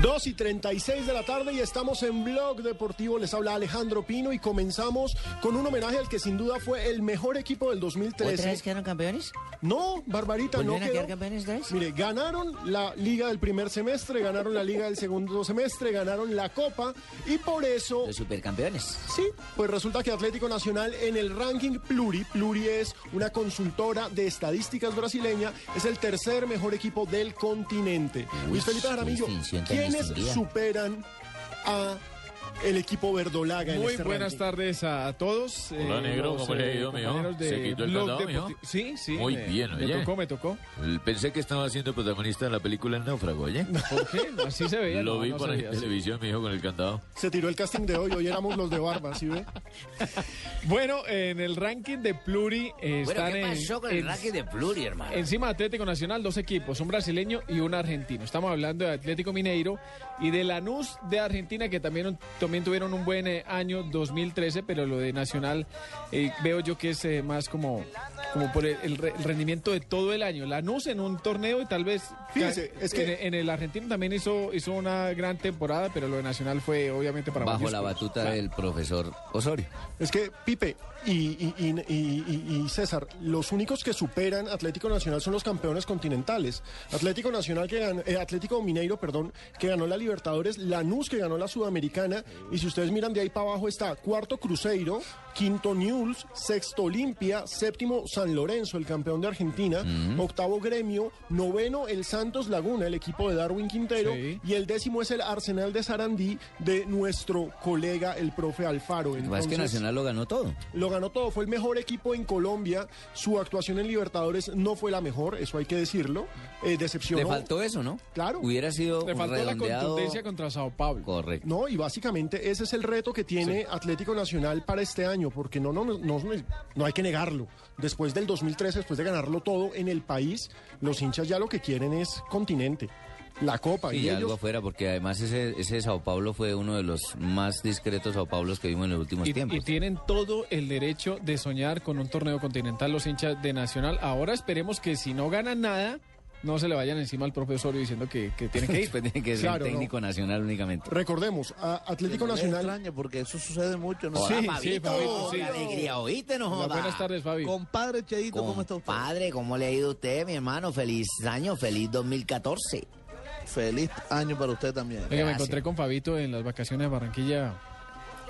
2 y 36 de la tarde y estamos en Blog Deportivo. Les habla Alejandro Pino y comenzamos con un homenaje al que sin duda fue el mejor equipo del 2013. ¿Otra vez quedaron campeones? No, Barbarita, no ¿Volvieron a quedó. quedar campeones otra vez? Mire, ganaron la liga del primer semestre, ganaron la liga del segundo semestre, ganaron la copa y por eso Los supercampeones. Sí, pues resulta que Atlético Nacional en el ranking Pluri, Pluri es una consultora de estadísticas brasileña, es el tercer mejor equipo del continente. Uy, Luis Felipe qué Jaramillo, distinción tan ¿quiénes distinguida. superan a el equipo verdolaga en Muy este buenas ranking? tardes a, a todos. Hola, negro, los, ¿cómo le ha ido, mijo? Eh, compañeros de ¿Se quitó el Blog candado, mijo? Deportivo. Sí, sí. Muy me- bien, Me oye. tocó, me tocó. Pensé que estaba siendo protagonista de la película El Náufrago, ¿oye? ¿Por qué? Así se veía. Lo no, vi no por se ahí veía en así. televisión, mi hijo, con el candado. Se tiró el casting de hoy, hoy éramos los de barba, ¿sí ve? Bueno, en el ranking de Pluri eh, Bueno, están ¿qué en- pasó con el en- racket de Pluri, hermano? Encima de Atlético Nacional, dos equipos, un brasileño y un argentino. Estamos hablando de Atlético Mineiro y de Lanús de Argentina, que también, también tuvieron un buen eh, año 2013, pero lo de Nacional eh, veo yo que es eh, más como, como por el, el re- el rendimiento de todo el año. Lanús en un torneo y tal vez Fíjese, ca- es que- en, en el argentino también hizo, hizo una gran temporada, pero lo de Nacional fue obviamente para bajo la mayúsculas. batuta del profesor Osorio. Es que, Pipe y, y- y- y- y- y César, los únicos que superan Atlético Nacional son los campeones continentales. Atlético Nacional que ganó, eh, Atlético Mineiro, perdón, que ganó la Libertadores, Lanús que ganó la Sudamericana, y si ustedes miran de ahí para abajo está cuarto Cruzeiro, quinto Newell's, sexto Olimpia, séptimo San Lorenzo, el campeón de Argentina, octavo Gremio, noveno el Santos Laguna, el equipo de Darwin Quintero, Sí. y el décimo es el Arsenal de Sarandí de nuestro colega el profe Alfaro. Lo que pasa es que Entonces, Nacional lo ganó todo. lo ganó todo, fue el mejor equipo en Colombia. Su actuación en Libertadores no fue la mejor, eso hay que decirlo. Eh, decepcionó. Le faltó eso, ¿no? Claro. Hubiera sido Le faltó la redondeado. contundencia contra Sao Paulo. Correcto. No, y básicamente ese es el reto que tiene Atlético Nacional para este año, porque no, no, no, no, no hay que negarlo. Después del 2013, después de ganarlo todo en el país, los hinchas ya lo que quieren es continente, la copa. Sí, y ya ellos, algo afuera, porque además ese, ese Sao Paulo fue uno de los más discretos Sao Paulos que vimos en los últimos Y, tiempos. y tienen todo el derecho de soñar con un torneo continental los hinchas de Nacional. Ahora esperemos que si no ganan nada, no se le vayan encima al profesor Osorio diciendo que, que tienen que ir. Después Pues tiene que ser Claro, un técnico nacional únicamente. Recordemos, a Atlético Nacional. extraña porque eso sucede mucho. ¿no? Sí, Hola, sí, Fabito, sí. qué alegría, oíste, no Hola, joda. buenas tardes, Fabi. Compadre Cheito, ¿cómo está usted? Compadre, ¿cómo le ha ido a usted, mi hermano? Feliz año, feliz 2014. Feliz año para usted también. Oiga, me Gracias. encontré con Fabito en las vacaciones de Barranquilla.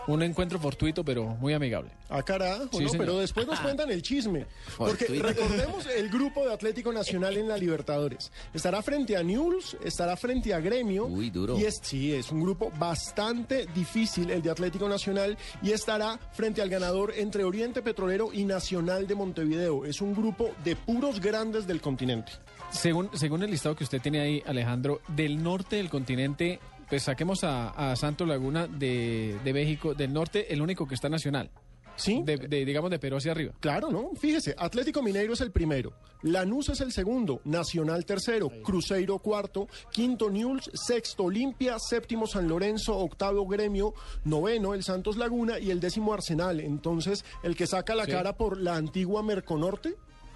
Un encuentro fortuito, pero muy amigable. Ah, carajo, Sí, no, señor. pero después nos cuentan el chisme. Porque Fortuito. recordemos el grupo de Atlético Nacional en la Libertadores. Estará frente a Newell's, estará frente a Gremio. Uy, duro. Y es, sí, es un grupo bastante difícil el de Atlético Nacional y estará frente al ganador entre Oriente Petrolero y Nacional de Montevideo. Es un grupo de puros grandes del continente. Según, según el listado que usted tiene ahí, Alejandro, del norte del continente, pues saquemos a, a Santo Laguna de, de México. Del norte, el único que está Nacional. ¿Sí? De- de, digamos, de Perú hacia arriba. Claro, ¿no? Fíjese, Atlético Mineiro es el primero, Lanús es el segundo, Nacional tercero, Cruzeiro cuarto, quinto Newell's, sexto Olimpia, séptimo San Lorenzo, octavo Gremio, noveno el Santos Laguna y el décimo Arsenal. Entonces, el que saca la Sí. cara por la antigua Merconorte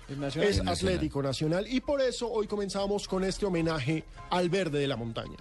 El Nacional. es Nacional. Atlético Nacional y por eso hoy comenzamos con este homenaje al verde de la montaña.